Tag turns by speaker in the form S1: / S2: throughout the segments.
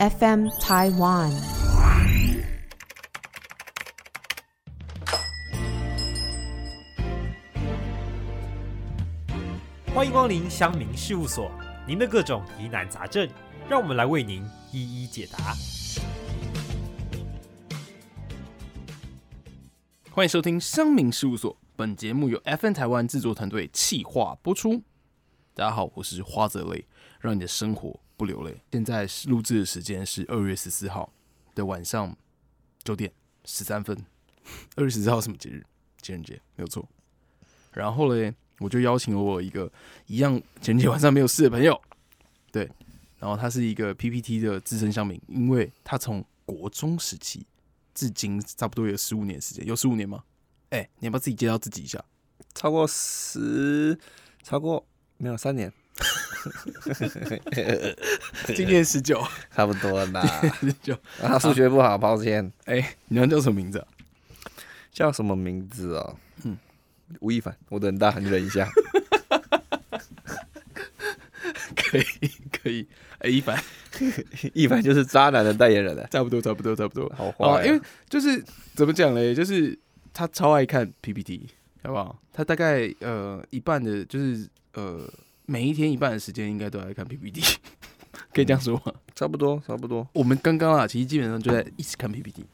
S1: FM Taiwan。
S2: 欢迎光临乡民事务所，您的各种疑难杂症，让我们来为您一一解答。
S3: 欢迎收听乡民事务所，本节目由 FN 台湾制作团队企划播出。大家好，我是花泽类，让你的生活不流泪。现在是录制的时间是二月十四号的晚上九点十三分。二月十四号什么节日？情人节，没有错。然后嘞，我就邀请了我一个一样情人节晚上没有事的朋友，对，然后他是一个 PPT 的资深乡民，因为他从国中时期至今差不多有十五年时间，有十五年吗？哎、你要不要自己介绍自己一 下？
S4: 超过十，超过没有三年，
S3: 今年十九，
S4: 差不多啦。
S3: 十九，
S4: 啊，数学不好，抱歉。
S3: 哎，你要叫什么名字啊？
S4: 叫什么名字哦？嗯，吴亦凡，我等大，你忍一下。
S3: 可以，可以，哎，一凡，
S4: 亦凡就是渣男的代言人嘞，欸
S3: 差不多，差不多，差不多。
S4: 好坏、啊
S3: 哦，因为就是怎么讲嘞，就是他超爱看 PPT，好不好？他大概呃一半的，就是呃每一天一半的时间应该都在看 PPT，可以这样说吗？
S4: 差不多，差不多。
S3: 我们刚刚啊，其实基本上就在一直看 PPT，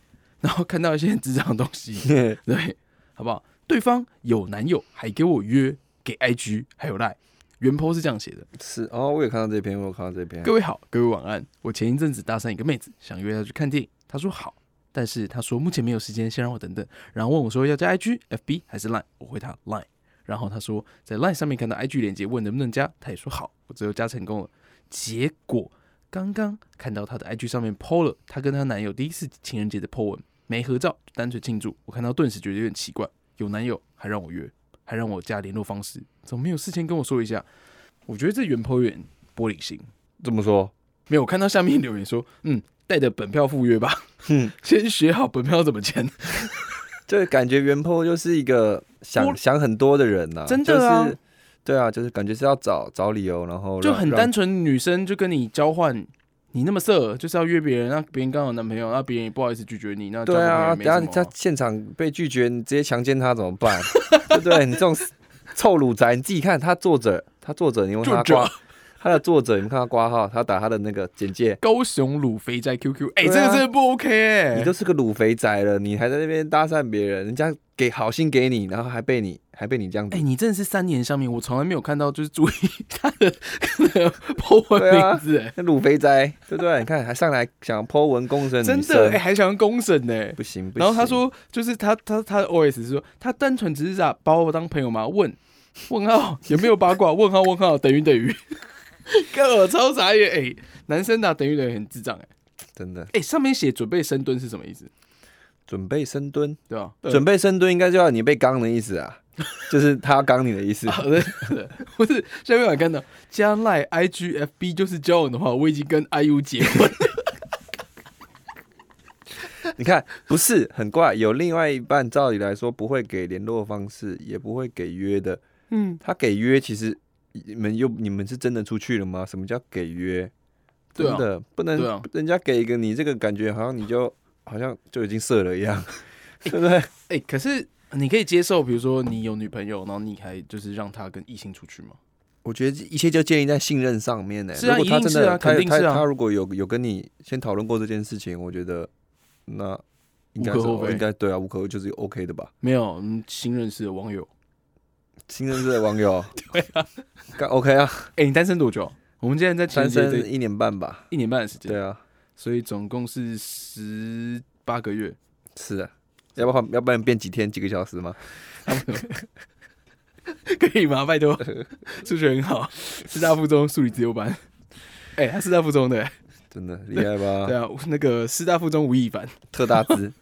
S3: 然 后看到一些职场的东西，对，好不好？对方有男友还给我约给 IG 还有赖，原 po 是这样写的。
S4: 是哦，我有看到这篇，我有看到这篇。
S3: 各位好，各位晚安。我前一阵子搭讪一个妹子，想约她去看电影，她说好，但是她说目前没有时间，先让我等等。然后问我说要加 IG、FB 还是 Line，我回她 Line。然后她说在 Line 上面看到 IG 链接，问能不能加，她也说好，我最后加成功了。结果刚刚看到她的 IG 上面 PO 了她跟她男友第一次情人节的 PO 文，没合照，单纯庆祝。我看到顿时觉得有点奇怪，有男友还让我约，还让我加联络方式，怎么没有事先跟我说一下？我觉得这原 PO 有点玻璃心。
S4: 这么说，
S3: 没有，我看到下面留言说， 嗯，带着本票赴约吧，
S4: 哼，
S3: 先学好本票怎么签。
S4: 就感觉袁坡就是一个
S3: 我
S4: 想想很多的人呐、
S3: 真的啊
S4: 就是对啊，就是感觉是要找找理由，然后
S3: 就
S4: 让
S3: 很
S4: 让
S3: 单纯，女生就跟你交换，你那么色，就是要约别人，那别人刚好有男朋友，那别人也不好意思拒绝你，那交
S4: 对
S3: 个朋友
S4: 啊，
S3: 也
S4: 等
S3: 没
S4: 下
S3: 什
S4: 你
S3: 么
S4: 在现场被拒绝，你直接强奸他怎 么办？对不对？你这种臭乳宅，你自己看他作者，他作者，你问
S3: 作
S4: 他
S3: 者
S4: 挂他的作者，你看他挂号，他打他的那个简介，
S3: 高雄鲁肥在 QQ，哎、这
S4: 对啊
S3: 个真的不 OK 哎、
S4: 你都是个乳肥宅了，你还在那边搭讪别人，人家给好心给你，然后还被你还被你这样子
S3: 哎、，你真的是三年上面，我从来没有看到就是注意他的 他
S4: 啊
S3: 的 po 文名字、哎、
S4: 那乳肥宅，对不对？你看还上来想剖文公审
S3: 真
S4: 女
S3: 的哎、
S4: 生，
S3: 还想公审呢、
S4: 不行不行。
S3: 然后他说，就是他他他的 OS 是说，他单纯只是想把我当朋友吗？问问号 有没有八卦？问号问号等于等于， 干我超傻眼哎、男生打等于等于很智障哎、
S4: 真的
S3: 哎、上面写准备深蹲是什么意思？
S4: 准备深蹲，
S3: 对吧？
S4: 准备深蹲应该就要你被刚的意思啊，就是他要刚你的意 思。
S3: 好的，不是下面我看到加赖 IGFB 就是交往的话，我已经跟 IU 结婚 了，
S4: 你看，不是很怪，有另外一半，照理来说不会给联络方式，也不会给约的。
S3: 嗯，
S4: 他给约，其实你们又你们是真的出去了吗？什么叫给约？
S3: 对啊
S4: 真的不能
S3: 对啊
S4: 人家给一个你这个感觉，好像你就好像就已经射了一样， 对不对？
S3: 哎、可是你可以接受，比如说你有女朋友，然后你还就是让她跟异性出去吗？
S4: 我觉得一切就建立在信任上面呢、
S3: 是啊
S4: 如果他
S3: 一定
S4: 真的，
S3: 是啊
S4: 他
S3: 肯定是啊
S4: 他他如果有有跟你先讨论过这件事情，我觉得那应该是
S3: 无可厚非
S4: 应该对啊，无可厚非就是 OK 的吧。
S3: 没有，嗯新认识的网友。
S4: 新认识的网友， 对啊，OK 啊，
S3: 哎、你单身多久？我们今天在情
S4: 单
S3: 人节
S4: 身
S3: 这
S4: 一年半吧。
S3: 一年半的时间，
S4: 对啊，
S3: 所以总共是十八个 月。
S4: 是啊，要不然要不然变几天几个小 时吗？
S3: 可以吗？拜托，数学很好，师大附中数理自由班。哎、他师大附中的、
S4: 啊真的厉害 吧
S3: 对？啊，那个师大附中吴亦凡。
S4: 特大资，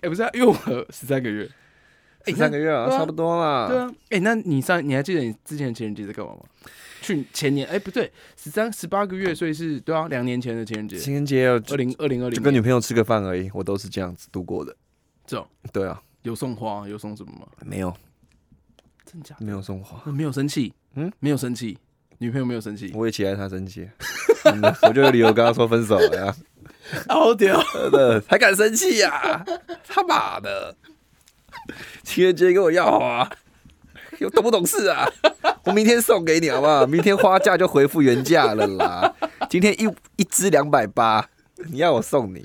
S3: 哎、不是、啊，因为我十三个月， 哎
S4: 十三个月啊，
S3: 对啊
S4: 差不多啦。
S3: 对啊，哎、那你上你还记得你之前的情人节在干嘛吗？去前年，哎、不对，十三十八个月，所以是对啊，两年前的情人节，
S4: 情人节哦
S3: 二
S4: 就
S3: 零二零二
S4: 就跟
S3: 零，
S4: 女朋友吃个饭而已，我都是这样子度过的。
S3: 这种
S4: 对啊，
S3: 有送花，有送什么吗？
S4: 没有
S3: 真假的？
S4: 没有送花，
S3: 没有生气，嗯
S4: 嗯，
S3: 没有生气，女朋友没有生气，
S4: 我也期待他生气。真的我就有理由跟他说分手了呀，
S3: 好屌！
S4: 真的还敢生气呀、他妈的，情人节跟我要啊，有懂不懂事啊？我明天送给你好不好？明天花价就回复原价了啦，今天一一支两百八，你要我送你，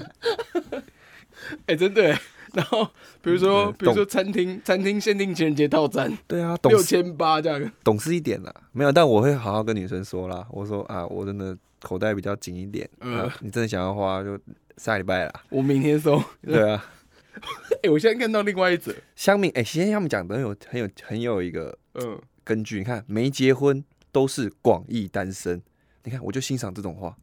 S3: 哎、真的 耶。然后比如说，
S4: 嗯
S3: 比如说
S4: 懂
S3: 餐厅餐厅限定情人节套餐
S4: 对啊，懂
S3: 六
S4: 事
S3: 千八这样，
S4: 懂事一点啦，没有，但我会好好跟女生说啦，我说啊，我真的口袋比较紧一点，
S3: 嗯
S4: 啊你真的想要花就下礼拜啦，
S3: 我明天 收。哎、
S4: 对啊。
S3: 我现在看到另外一则，
S4: 香民，哎、其实他们讲的很有很有很有一个
S3: 嗯，
S4: 根据。你看，没结婚都是广义单身。你看，我就欣赏这种话。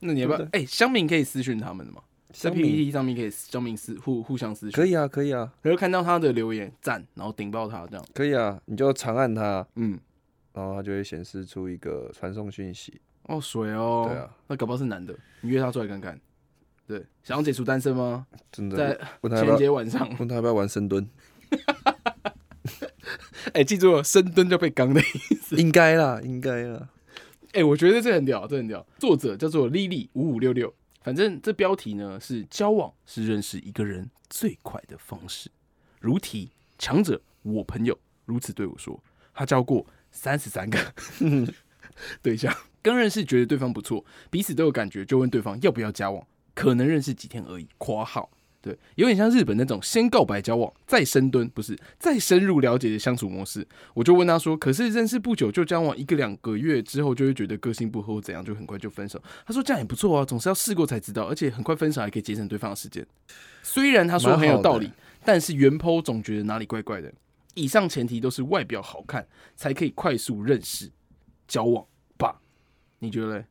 S3: 那你要不要
S4: 对？
S3: 哎、香民可以私讯他们的吗？在
S4: 民
S3: PPT 上面可以香民私互互相私
S4: 可
S3: 讯，
S4: 以啊，可以啊，
S3: 然后看到他的留言赞，然后顶爆他这样。
S4: 可以啊，你就长按它，
S3: 嗯，
S4: 然后它就会显示出一个传送讯息。
S3: 哦水哦，
S4: 对啊，
S3: 那搞不好是男的，你约他出来看看。对，想要解除单身吗？
S4: 真的，
S3: 在
S4: 问他
S3: 情
S4: 要不
S3: 人
S4: 要
S3: 节晚上，
S4: 问他要不要玩深 蹲？
S3: 哎、记住了，深蹲就被刚的。
S4: 应该啦，应该啦。
S3: 哎、我觉得这很屌，这很屌。作者叫做莉莉五五六六，反正这标题呢是交往是认识一个人最快的方式。如题，强者我朋友如此对我说，他交过三十三个 对象，刚认识觉得对方不错，彼此都有感觉，就问对方要不要交往，可能认识几天而已。括号。对，有点像日本那种先告白交往，再深蹲，不是再深入了解的相处模式。我就问他说：“可是认识不久就交往一个两个月之后，就会觉得个性不合或怎样，就很快就分手。”他说：“这样也不错啊，总是要试过才知道，而且很快分手还可以节省对方的时间。”虽然他说很有道理
S4: 蛮好，
S3: 但是原 PO 总觉得哪里怪怪的。以上前提都是外表好看才可以快速认识交往吧？你觉得嘞？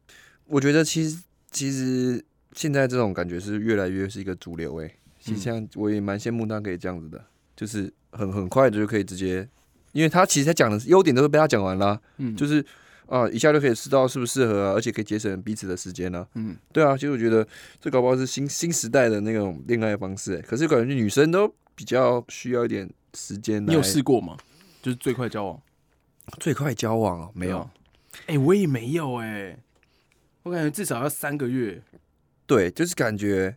S4: 我觉得其实其实现在这种感觉是越来越是一个主流诶、欸其实像我也蛮羡慕他可以这样子的，就是很很快的就可以直接，因为他其实他讲的优点都被他讲完啦，
S3: 嗯
S4: 就是啊、一下就可以知道适不适合、啊，而且可以节省彼此的时间啊。
S3: 嗯，
S4: 对啊，其实我觉得这搞不好是新新时代的那种恋爱方式、欸，可是感觉女生都比较需要一点时间。
S3: 你有试过吗？就是最快交往
S4: 最快交往哦？没有，？
S3: 哎、我也没有哎、我感觉至少要三个月。
S4: 对，就是感觉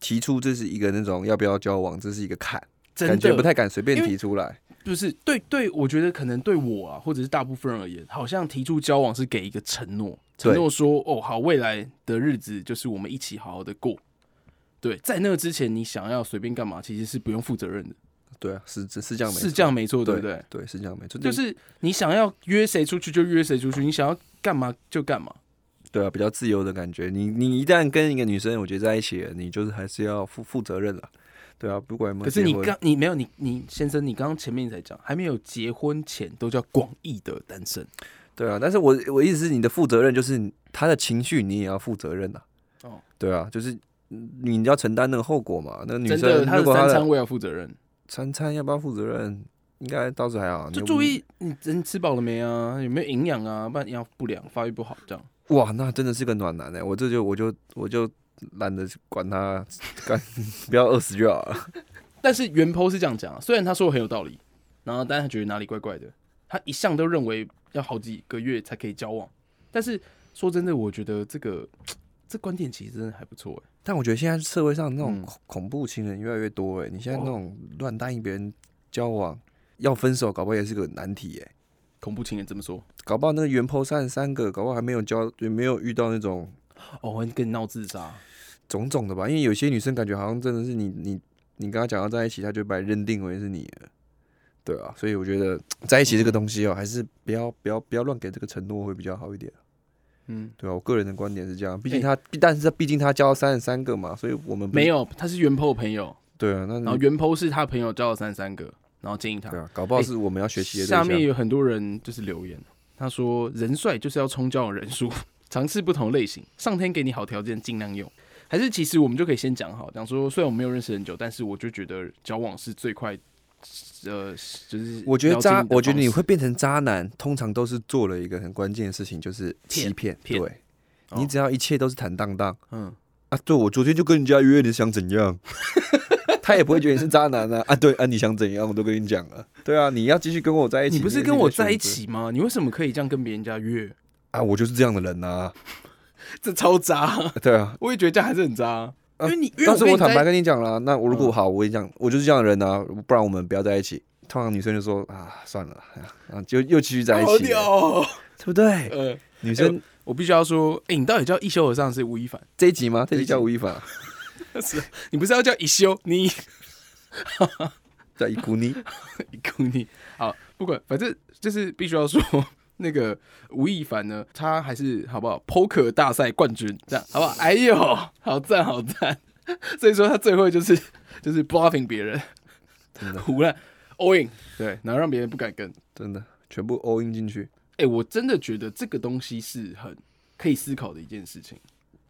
S4: 提出这是一个那种要不要交往，这是一个坎。
S3: 真的
S4: 感觉不太敢随便
S3: 因为
S4: 提出来。
S3: 就是对对，我觉得可能对我啊，或者是大部分人而言，好像提出交往是给一个承诺，
S4: 对
S3: 承诺说哦好，未来的日子就是我们一起好好的过。对，在那之前，你想要随便干嘛，其实是不用负责任的，
S4: 对啊，是是是这样没错，
S3: 是这样没错，对
S4: 对
S3: 不对？
S4: 对，是这样没错，
S3: 就是你想要约谁出去就约谁出去，你想要干嘛就干嘛。
S4: 对啊，比较自由的感觉。你你一旦跟一个女生，我觉得在一起了，你就是还是要负负责任了。对啊，不管有没有
S3: 可是你
S4: 结婚
S3: 刚你没有你你先生，你刚刚前面才讲，还没有结婚前都叫广义的单身
S4: 对啊，但是我我意思是你的负责任就是他的情绪，你也要负责任啊。
S3: 哦，
S4: 对啊，就是嗯你要承担那个后果嘛。那女
S3: 真的，
S4: 生
S3: 他
S4: 如
S3: 的
S4: 果她
S3: 三
S4: 的
S3: 餐我也要负责任。
S4: 三餐要不要负责任，应该倒是还好，你
S3: 就
S4: 又
S3: 注
S4: 不
S3: 意你人吃饱了没啊，有没有营养啊，不然营养不良、发育不好这样。
S4: 哇，那真的是个暖男哎、我这就我就我就懒得管他， 干不要饿死就好了。
S3: 但是原 PO 是这样讲啊，虽然他说得很有道理，然后但他觉得哪里怪怪的。他一向都认为要好几个月才可以交往，但是说真的，我觉得这个这观点其实真的还不错哎、
S4: 但我觉得现在社会上那种
S3: 嗯
S4: 恐恐怖情人越来越多哎、你现在
S3: 哦
S4: 那种乱答应别人交往，要分手，搞不好也是个难题哎、
S3: 恐怖情人这么说
S4: 搞不好那个原 PO 三三个，搞不好还没有交，也没有遇到那种
S3: 哦，会跟你闹自杀，
S4: 种种的吧。因为有些女生感觉好像真的是你你你跟她讲要在一起，她就把你认定为是你了，对啊。所以我觉得在一起
S3: 嗯
S4: 这个东西哦、还是不要不要不要乱给这个承诺会比较好一点。
S3: 嗯，
S4: 对啊，我个人的观点是这样，毕
S3: 哎
S4: 竟他，毕但是毕竟他交三十三个嘛，所以我们不
S3: 没有，他是原 PO 的朋友，
S4: 对啊，那
S3: 然后
S4: 你
S3: 原 PO 是他朋友交了三十三个，然后建议他
S4: 对，啊，搞不好是我们要学习的
S3: 哎下
S4: 对
S3: 面
S4: 象。
S3: 有很多人就是留言，他说人帅就是要冲交往人数， 尝试不同类型，上天给你好条件尽量用。还是其实我们就可以先讲好，讲说虽然我们没有认识很久，但是我就觉得交往是最快，呃，就是
S4: 我觉得
S3: 了解你的
S4: 渣
S3: 方，式
S4: 我觉得你会变成渣男，通常都是做了一个很关键的事情，就是欺骗。
S3: 骗
S4: 对，
S3: 哦
S4: 你只要一切都是坦荡荡
S3: 嗯，
S4: 啊，对我昨天就跟人家约，你想怎样？ 他也不会觉得你是渣男啊啊，对啊，你想怎样我都跟你讲了。对啊，你要继续跟我在一起，
S3: 你不是
S4: 也
S3: 跟我
S4: 你的选
S3: 在一
S4: 择
S3: 起吗？你为什么可以这样跟别人家约？
S4: 啊？我就是这样的人啊，
S3: 这超渣。
S4: 对啊，
S3: 我也觉得这样还是很渣啊，
S4: 啊
S3: 因为你， 因为
S4: 但是
S3: 跟
S4: 我
S3: 你
S4: 坦白
S3: 在嗯
S4: 跟你讲了，那我如果好，我跟你讲，我就是这样的人啊，不然我们不要在一起。通常女生就说啊，算了，哎呀啊，就又继续在一
S3: 好
S4: 起
S3: 屌
S4: 了，
S3: 哦。
S4: 对不对？
S3: 呃，
S4: 女生
S3: 我必须要说，哎、你到底叫一休和尚是吴亦凡？
S4: 这一集吗？
S3: 这
S4: 这一
S3: 一
S4: 集
S3: 集
S4: 叫吴亦凡啊，
S3: 你 不是要叫一休？你
S4: 叫伊 古妮，
S3: 一哭你好，不管，反正就是必须要说， 那个吴亦凡呢，他还是好不好？Poker 大赛冠军，这样好不好？哎呦，好赞好赞！ 所以说他最会就是就是 bluffing 别人，
S4: 真的
S3: 胡乱 all in，对，然后让别人不敢跟。
S4: 真的全部 all in 进去。
S3: 哎、我真的觉得这个东西是很可以思考的一件事情。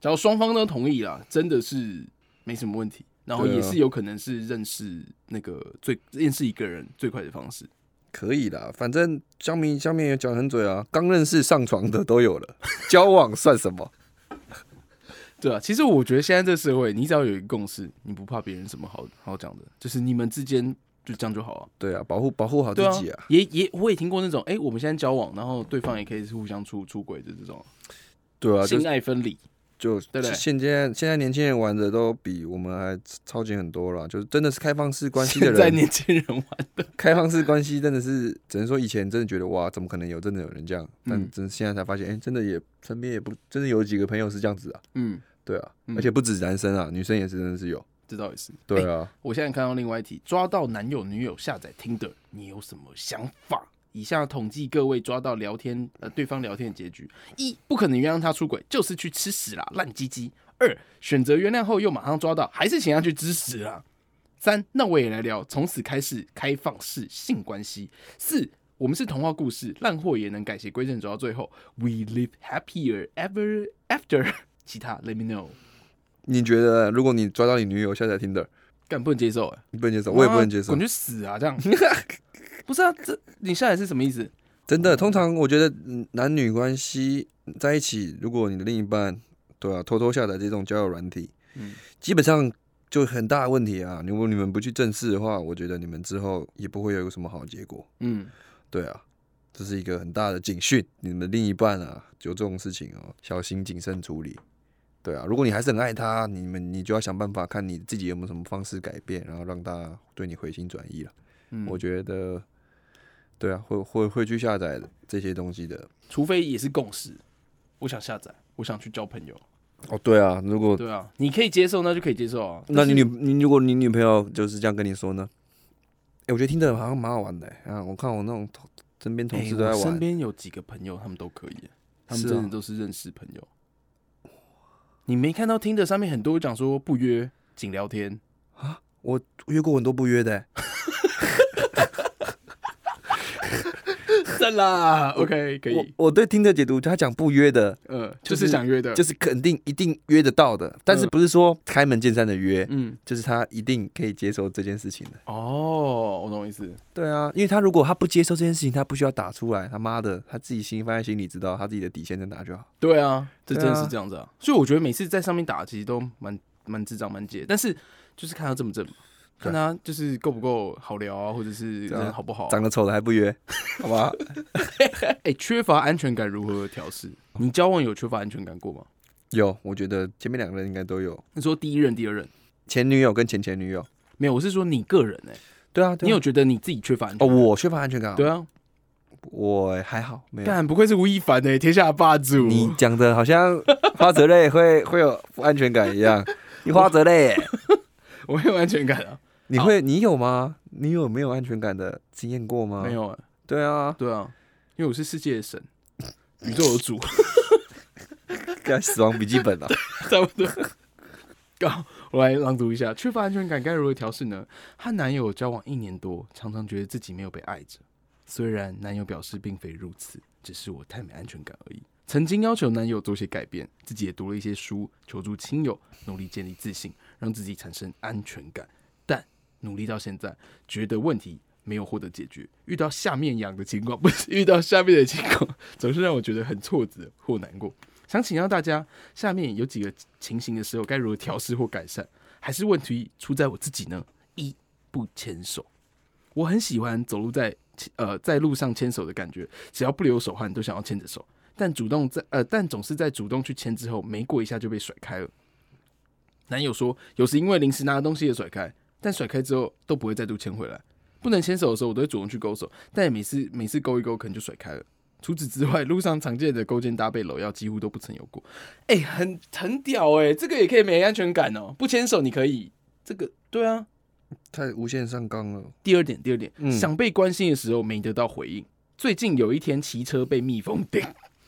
S3: 假如双方都同意啦，真的是没什么问题。然后
S4: 对啊
S3: 也是有可能是认识那个最认识一个人最快的方式。
S4: 可以啦，反正江明江明也讲得很准啊，刚认识上床的都 有了，交往算什么？
S3: 对啊，其实我觉得现在这社会，你只要有一个共识，你不怕别人什么好好讲的，就是你们之间就这样就好啊。
S4: 对啊，保护保护好自
S3: 对
S4: 己啊。
S3: 也也我也听过那种，哎、我们现在交往，然后对方也可以是互相出出轨的这种、
S4: 对啊，就
S3: 性爱分离。
S4: 就
S3: 对不对
S4: 现在现在年轻人玩的都比我们还超前很多啦，就是真的是开放式关系的
S3: 现 在
S4: 人，
S3: 年轻人玩的，
S4: 开放式关系真的是只能说以前真的觉得哇，怎么可能有真的有人这样？
S3: 嗯
S4: 但真现在才发现，哎、真的也身边也不真的有几个朋友是这样子啊，
S3: 嗯，
S4: 对啊，
S3: 嗯
S4: 而且不止男生啊，女生也是真的是有，
S3: 这倒也是。
S4: 对啊，
S3: 我现在看到另外一题，抓到男友女友下载 Tinder，你有什么想法？以下统计各位抓到聊天呃对方聊天的结局：一、不可能原谅他出轨，就是去吃屎啦，烂鸡鸡；二、选择原谅后又马上抓到，还是请他去吃屎啦；三、那我也来聊，从此开始开放式性关系；四、我们是童话故事，烂货也能改邪归正，走到最后，We live happier ever after。其他 Let me know，
S4: 你觉得如果你抓到你女友下载 Tinder，
S3: 干不能接受哎、
S4: 你不能接受，我也不能接受
S3: 滚，去死啊！这 样不是啊，这你下来是什么意思？
S4: 真的，通常我觉得嗯男女关系在一起，如果你的另一半对啊偷偷下载这种交友软体，
S3: 嗯
S4: 基本上就很大的问题啊。如果你们不去正视的话，我觉得你们之后也不会有什么好结果。
S3: 嗯，
S4: 对啊，这是一个很大的警讯，你们另一半啊有这种事情哦，小心谨慎处理。对啊，如果你还是很爱他，你们你就要想办法看你自己有没有什么方式改变，然后让他对你回心转意了。
S3: 嗯
S4: 我觉得，对啊，会会会去下载这些东西的。
S3: 除非也是共识，我想下载，我想去交朋友。
S4: 哦，对啊，如果
S3: 对啊，你可以接受，那就可以接受啊。
S4: 那
S3: 但
S4: 你
S3: 是
S4: 女你如果你女朋友就是这样跟你说呢？哎、我觉得听的好像蛮好玩的、啊！我看我那种同身边同
S3: 哎
S4: 事都
S3: 我
S4: 在玩
S3: 身，边有几个朋友，他们都可以，他们
S4: 是啊
S3: 真的都是认识朋友。你没看到听的上面很多讲说不约仅聊天，
S4: 我约过很多不约的、
S3: 真啦，OK 可以，
S4: 啊我我对听的解读，他讲不约的，
S3: 呃，
S4: 就
S3: 就是是想约的，
S4: 就是肯定一定约得到的，但是不是说开门见山的约，
S3: 嗯，
S4: 就是他一定可以接受这件事情的。
S3: 哦，我懂意思，
S4: 对啊，因为他如果他不接受这件事情，他不需要打出来，他妈的，他自己心放在心里，知道他自己的底线在哪就好。
S3: 对啊，这
S4: 对
S3: 真的
S4: 啊
S3: 是这样子啊。所以我觉得每次在上面打，其实都蛮蛮智障蛮解，但是就是看他正不正嘛，看他就是够不够好聊啊，或者是
S4: 对啊
S3: 人好不好、啊。
S4: 长得丑的还不约， 好吧？
S3: 哎、缺乏安全感如何调试？你交往有缺乏安全感过吗？
S4: 有，我觉得前面两个人应该都有，
S3: 你说第一任、第二任
S4: 前女友跟前前女友。
S3: 没有？我是说你个人哎、
S4: 对啊，对啊
S3: 你有觉得你自己缺乏安
S4: 哦，
S3: 全感？
S4: 我缺乏安全感、哦。
S3: 对，啊，
S4: 我还好，没有。
S3: 干不愧是吴亦凡哎、天下霸主。
S4: 你讲的好像花泽类会 会有不安全感一样，你花泽类耶，
S3: 我没有安全感啊？
S4: 你会你有吗？你有没有安全感的经验过吗？
S3: 没。有啊，
S4: 对啊，
S3: 对啊，因为我是世界的神，宇宙有主。
S4: 该死亡笔记 本啊，
S3: 差不多。好，我来朗读一下：缺乏安全感该如何调试呢？和男友交往一年多，常常觉得自己没有被爱着。虽然男友表示并非如此，只是我太没安全感而已。曾经要求男友做些改变，自己也读了一些书，求助亲友，努力建立自信，让自己产生安全感。但努力到现在，觉得问题没有获得解决，遇到下面痒的情况，不是 遇到下面的情况，总是让我觉得很挫折或难过。想请教大家，下面有几个情形的时候该如何调试或改善，还是问题出在我自己呢？一不牵手，我很喜欢走路在呃在路上牵手的感觉，只要不流手汗都想要牵着手，但主动在呃，但总是在主动去签之后，没过一下就被甩开了。男友说，有时因为临时拿的东西也甩开，但甩开之后都不会再度牵回来。不能牵手的时候，我都会主动去勾手，但也每次每次勾一勾，可能就甩开了。除此之外，路上常见的勾肩搭背、搂腰几乎都不曾有过。哎、很很屌哎、这个也可以没安全感哦、不牵手你可以，这个对啊。
S4: 太无限上纲了。
S3: 第二点，第二点，
S4: 嗯
S3: 想被关心的时候没得到回应。最近有一天骑车被蜜蜂叮，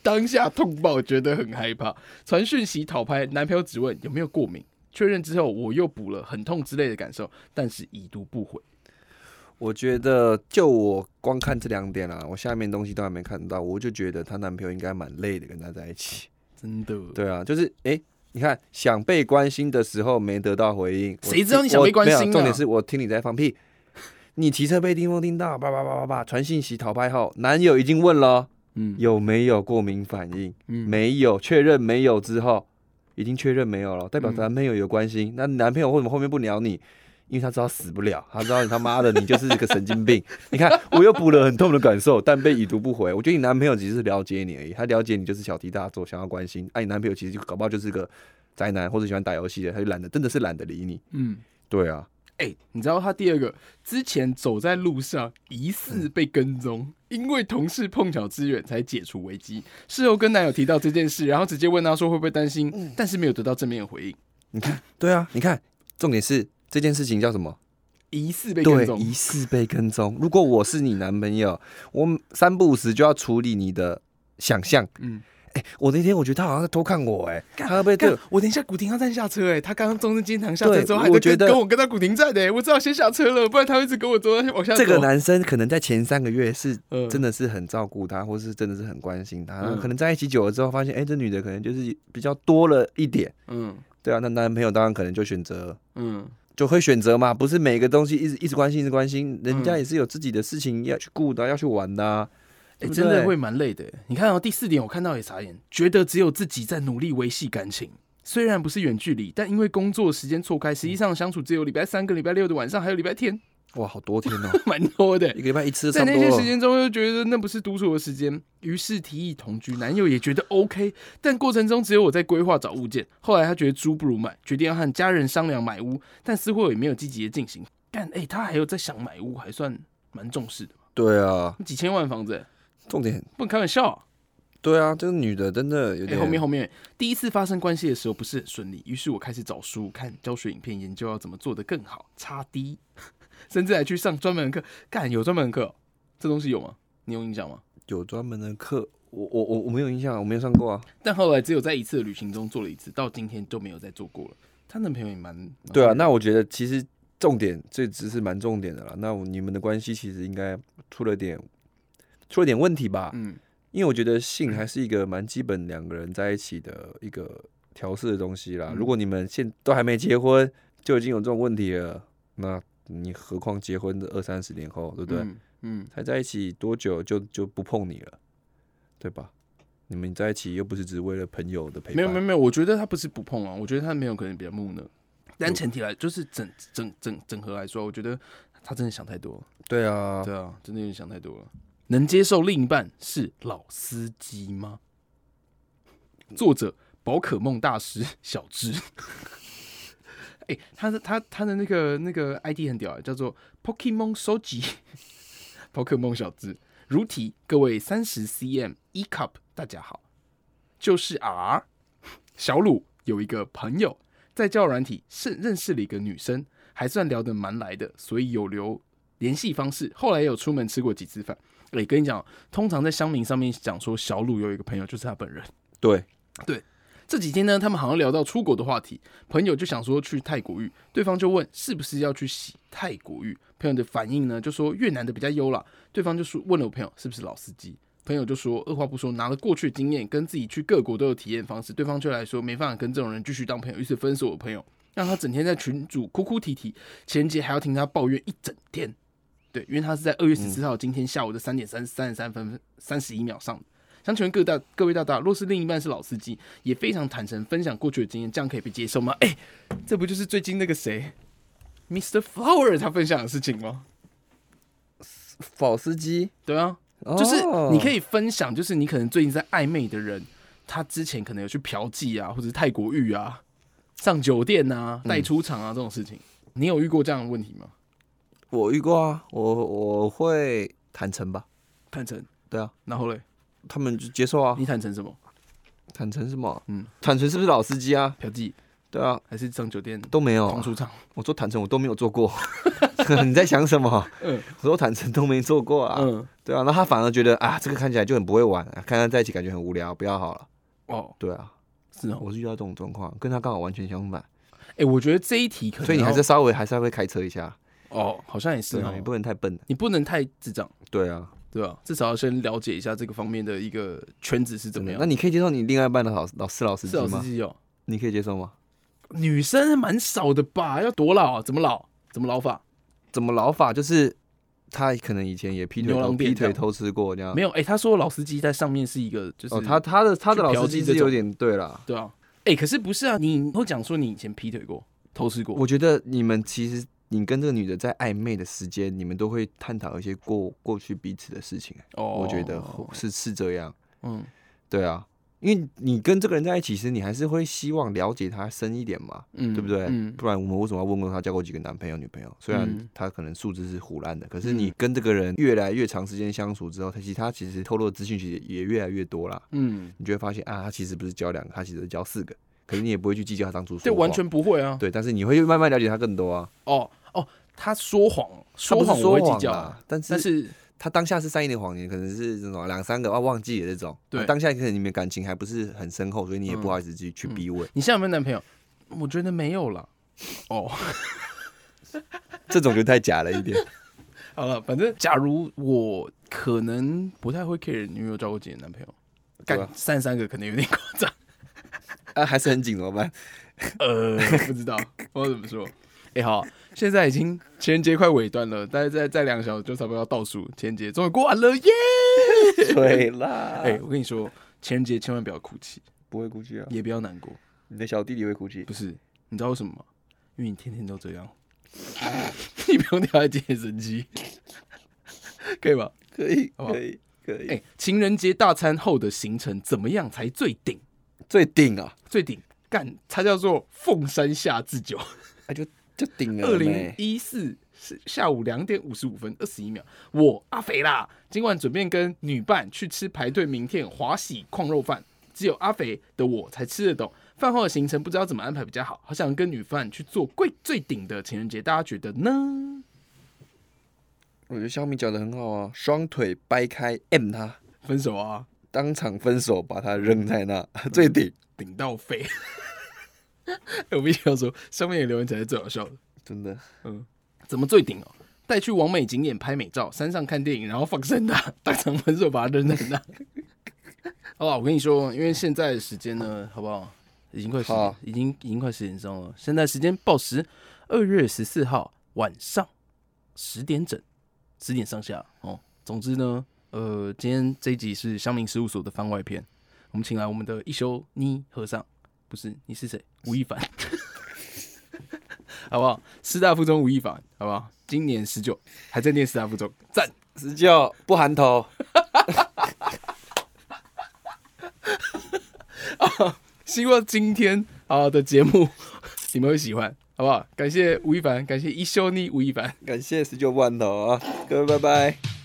S3: 当下痛爆，觉得很害怕。传讯息讨拍，男朋友只问有没有过敏，确认之后我又补了很痛之类的感受，但是已读不回。
S4: 我觉得就我光看这两点啦、啊我下面东西都还没看到，我就觉得她男朋友应该蛮累的，跟她在一起。
S3: 真的，
S4: 对啊，就是哎、诶你看想被关心的时候没得到回应，我
S3: 谁知道你想被关心啊
S4: 我没有重点是我听你在放屁。你骑车被叮咚叮到，叭叭叭叭叭，传信息讨拍后，男友已经问了
S3: 嗯，
S4: 有没有过敏反应，
S3: 嗯
S4: 没有，确认没有之后，已经确认没有了，代表男朋友有关心。那男朋友为什么后面不鸟你？因为他知道死不了，他知道你他妈的你就是个神经病。你看，我又补了很痛的感受，但被已读不回。我觉得你男朋友只是了解你而已，他了解你就是小题大做，想要关心。哎、你男朋友其实搞不好就是个宅男，或者喜欢打游戏的，他就懒得，真的是懒得理你。
S3: 嗯。
S4: 对啊，
S3: 哎、你知道他第二个之前走在路上疑似被跟踪，因为同事碰巧支援才解除危机。事后跟男友提到这件事，然后直接问他说会不会担心，
S4: 嗯
S3: 但是没有得到正面的回应，
S4: 你看，对啊，你看，重点是这件事情叫什么？
S3: 疑似被跟
S4: 对，
S3: 踪。
S4: 疑似被跟踪。如果我是你男朋友，我三不五时就要处理你的想象。
S3: 嗯，
S4: 我那天我觉得他好像在偷看我、哎，他会不会对
S3: 干？我等一下古亭要站下车哎、他刚刚中正金堂下车
S4: 对
S3: 之后，还在
S4: 我
S3: 跟
S4: 觉得
S3: 跟我跟到古亭站哎、我只好先下车了，不然他会一直跟我走往下走。
S4: 这个男生可能在前三个月是
S3: 嗯
S4: 真的是很照顾她，或是真的是很关心她。
S3: 嗯
S4: 可能在一起久了之后，发现哎、这女的可能就是比较多了一点。
S3: 嗯
S4: 对啊，那男朋友当然可能就选择
S3: 嗯
S4: 就会选择嘛，不是每个东西一直一直关心，一直关心，人家
S3: 嗯
S4: 也是有自己的事情要去顾的啊，要去玩的、啊。
S3: 哎、
S4: 对不
S3: 真的
S4: 对
S3: 会蛮累的欸。你看哦，第四点我看到也傻眼，觉得只有自己在努力维系感情。虽然不是远距离，但因为工作时间错
S4: 嗯
S3: 开，实际上相处只有礼拜三跟礼拜六的晚上，还有礼拜天，
S4: 哇，好多天哦、
S3: 蛮多的
S4: 一。个礼拜一次，
S3: 在
S4: 差不
S3: 那
S4: 多
S3: 些
S4: 了。
S3: 时间中，又觉得那不是独处的时间，于是提议同居。男友也觉得 OK，但过程中只有我在规划找物件。后来他觉得租不如买，决定要和家人商量买屋，但似乎也没有积极的进行。但哎、欸他还有在想买屋，还算蛮重视的，
S4: 对啊，
S3: 几千万房子欸、
S4: 重点
S3: 不能开玩笑啊、
S4: 对啊，这个女的真的有
S3: 哎、
S4: 点、
S3: 后面后面，第一次发生关系的时候不是很顺利，于是我开始找书看教学影片，研究要怎么做得更好，差低， 甚至还去上专门的课。干有专门的课哦、这东西有吗？你有印象吗？
S4: 有专门的课，我我我我没有印象，我没有上过啊。
S3: 但后来只有在一次的旅行中做了一次，到今天就没有再做过了。她男朋友也蛮蛮
S4: 对啊，
S3: 好的
S4: 那我觉得其实重点这只是蛮重点的啦。那我你们的关系其实应该出了点出了点问题吧？
S3: 嗯
S4: 因为我觉得性还是一个蛮基本两个人在一起的一个调试的东西啦。
S3: 嗯
S4: 如果你们现都还没结婚就已经有这种问题了，那你何况结婚的二三十年后，对不对？
S3: 嗯嗯
S4: 才在一起多久就就不碰你了，对吧？你们在一起又不是只为了朋友的陪伴，
S3: 没有没有没有，我觉得他不是不碰啊，我觉得他没有可能比较木讷。但前提来就是整整整整合来说，我觉得他真的想太多了。
S4: 对啊，
S3: 对啊，真的有点想太多了。能接受另一半是老司机吗？作者：宝可梦大师小智。 哎、他的他他的那个那个 ID 很屌、欸，叫做 Pokemon 收 集，宝可梦小智。如题，各位三十 cm 一 cup，大家好，就是 R 小鲁有一个朋友在交友软体是认识了一个女生，还算聊得蛮来的，所以有留联系方式。后来也有出门吃过几次饭。哎、跟你讲，通常在乡民上面讲说小鲁有一个朋友就是他本人。
S4: 对，
S3: 这几天呢，他们好像聊到出国的话题，朋友就想说去泰国浴，对方就问是不是要去洗泰国浴。朋友的反应呢，就说越南的比较优啦。对方就说问了我朋友是不是老司机，朋友就说呃二话不说，拿了过去的经验跟自己去各国都有体验方式，对方却来说没办法跟这种人继续当朋友，于是分手我朋友，让他整天在群主哭哭啼啼，前节还要听他抱怨一整天。对，因为他是在二月十四号今天下午的三点三三十三分三十一秒上的。想请问各大各位大大，若是另一半是老司机，也非常坦诚分享过去的经验，这样可以被接受吗？哎、这不就是最近那个谁，Mr. Flower 他分享的事情吗？
S4: 保司机
S3: 对啊，
S4: 哦
S3: 就是你可
S4: 以
S3: 以分享，就是你可能最近在暧昧的人，他之前可能有去嫖妓啊，或者是泰国浴啊，上酒店啊，
S4: 嗯
S3: 带出场啊、这种事情，你有遇过这样的问题吗？
S4: 我遇过啊，我我会坦诚吧，
S3: 坦诚，
S4: 对啊，
S3: 然后嘞，
S4: 他们就接受啊
S3: 你，坦诚什么？
S4: 坦诚什么？
S3: 嗯
S4: 嗯，坦诚是不是老司机啊？
S3: 嫖妓
S4: 对啊，
S3: 还是上酒店
S4: 都没有啊、
S3: 同出场？
S4: 我说坦诚我都没有做过， 你在想什么？
S3: 嗯
S4: 我说坦诚都没做过啊，
S3: 嗯，
S4: 对啊，那他反而觉得啊，这个看起来就很不会玩，啊看他在一起感觉很无聊，不要好了。
S3: 哦，
S4: 对啊，
S3: 是哦，
S4: 我是遇到这种状况，跟他刚好完全相反，
S3: 哎、我觉得这一题可能
S4: 所以你还
S3: 要
S4: 是稍微还是要会开车一下，
S3: 哦，好像也是
S4: 对
S3: 哦
S4: 啊，你不能太笨。
S3: 你不能太智障，
S4: 对啊，
S3: 对吧？至少要先了解一下这个方面的一个圈子是怎么样。
S4: 那你可以接受你另外一半的老老是老司
S3: 是
S4: 机
S3: 老司
S4: 吗？
S3: 机哦，
S4: 你可以接受吗？
S3: 女生还蛮少的吧？要多老啊？怎么老？怎么老法？
S4: 怎么老法就是他可能以前也劈腿
S3: 牛
S4: 偷
S3: 郎店
S4: 劈
S3: 这样
S4: 腿偷吃过这样
S3: 没。有，哎、他说老司机在上面是一个，就是、
S4: 啊哦，他他的他的
S3: 去
S4: 老
S3: 嫖
S4: 司机
S3: 妓这
S4: 是有
S3: 种
S4: 点对啦。
S3: 对啊，哎、可是不是啊？你都讲说你以前劈腿过、偷吃过，
S4: 我觉得你们其实你跟这个女的在暧昧的时间，你们都会探讨一些过过去彼此的事情、
S3: 哦
S4: 我觉得是是这样。
S3: 嗯，
S4: 对啊，因为你跟这个人在一起时，你还是会希望了解他深一点嘛，
S3: 嗯
S4: 对不对？
S3: 嗯，
S4: 不然我们为什么要问过他交过几个男朋友、女朋友？
S3: 嗯
S4: 虽然他可能素质是胡乱的，可是
S3: 嗯
S4: 你跟这个人越来越长时间相处之后，他其实他其实透露的资讯其实也越来越多啦。
S3: 嗯，
S4: 你就会发现啊，他其实不是交两个，他其实是交四个，可是你也不会去计较他当初
S3: 这
S4: 说
S3: 完
S4: 谎
S3: 全不会啊。
S4: 对，但是你会慢慢了解他更多啊。
S3: 哦哦，他说谎，
S4: 他
S3: 说
S4: 不是
S3: 谎我会计
S4: 谎
S3: 较
S4: 啦
S3: 啊，，
S4: 但是
S3: 但是
S4: 他当下是善意的谎言，可能是这种两三个啊忘记了这种。
S3: 对
S4: 当下可能你们感情还不是很深厚，所以你也
S3: 嗯
S4: 不好意思去去
S3: 嗯
S4: 逼问，
S3: 你现在有没有男朋友？我觉得没有了。哦，
S4: 这种就太假了 一点。
S3: 好了，反正假如我可能不太会 care 你有没有交过几个男朋友，
S4: 对
S3: 干
S4: 啊
S3: 三三个可能有 点夸张。
S4: 啊，还是很紧怎么办？
S3: 呃，不知道，我知道怎么说。哎、好，现在已经情人节快尾端了，大概再再两个小时就差不多要倒数，情人节终于过完了耶！
S4: 对 啦，
S3: 哎、我跟你说，情人节千万不要哭泣，
S4: 不会哭泣啊，
S3: 也不要难过，
S4: 你的小弟弟会哭泣
S3: 不。是，你知道为什么吗？因为你天天都这 样，你不用掉在今天生气， 可以吧？
S4: 可以，
S3: 好不好
S4: 可以，可
S3: 哎、
S4: 以。
S3: 情人节大餐后的行程怎么样才最顶？
S4: 最顶啊，
S3: 最顶干，它叫做凤山夏至酒。
S4: 哎就就顶了。
S3: 二零，一四是下午两点五十五分二十一秒，我阿肥啦，今晚准备跟女伴去吃排队名店华喜矿肉饭，只有阿肥的我才吃得懂。饭后的行程不知道怎么安排比较好，好想跟女伴去做贵最顶的情人节，大家觉得呢？
S4: 我觉得小米讲的很好啊，双腿掰开 M 他，
S3: 分手啊，
S4: 当场分手，把他扔在那，
S3: 嗯
S4: 最顶，
S3: 顶到飞！ 我必须要说，上面的留言才是最好笑的。
S4: 真的。
S3: 怎么最顶哦？带去完美景点拍美照，山上看电影，然后放生他， 当场分手把他扔在那。 好吧，我跟你说，因为现在的时间呢，好不好？已经快十
S4: 好，
S3: 已经已经快十点钟了。现在时间报时，二月十四号晚上十点整，十点上下哦。总之呢，呃，今天这一集是乡民事务所的番外篇，我们请来我们的一休妮和尚，不是你是谁？吴亦凡。好不好？师大附中吴亦凡，好不好？今年十九，还在念师大附中，赞！
S4: 死叫不含头，
S3: 希望今天啊的节目 你们会喜欢，好不好？感谢吴亦凡，感谢一休妮吴亦凡。
S4: 感谢死就不含头啊，各位拜拜。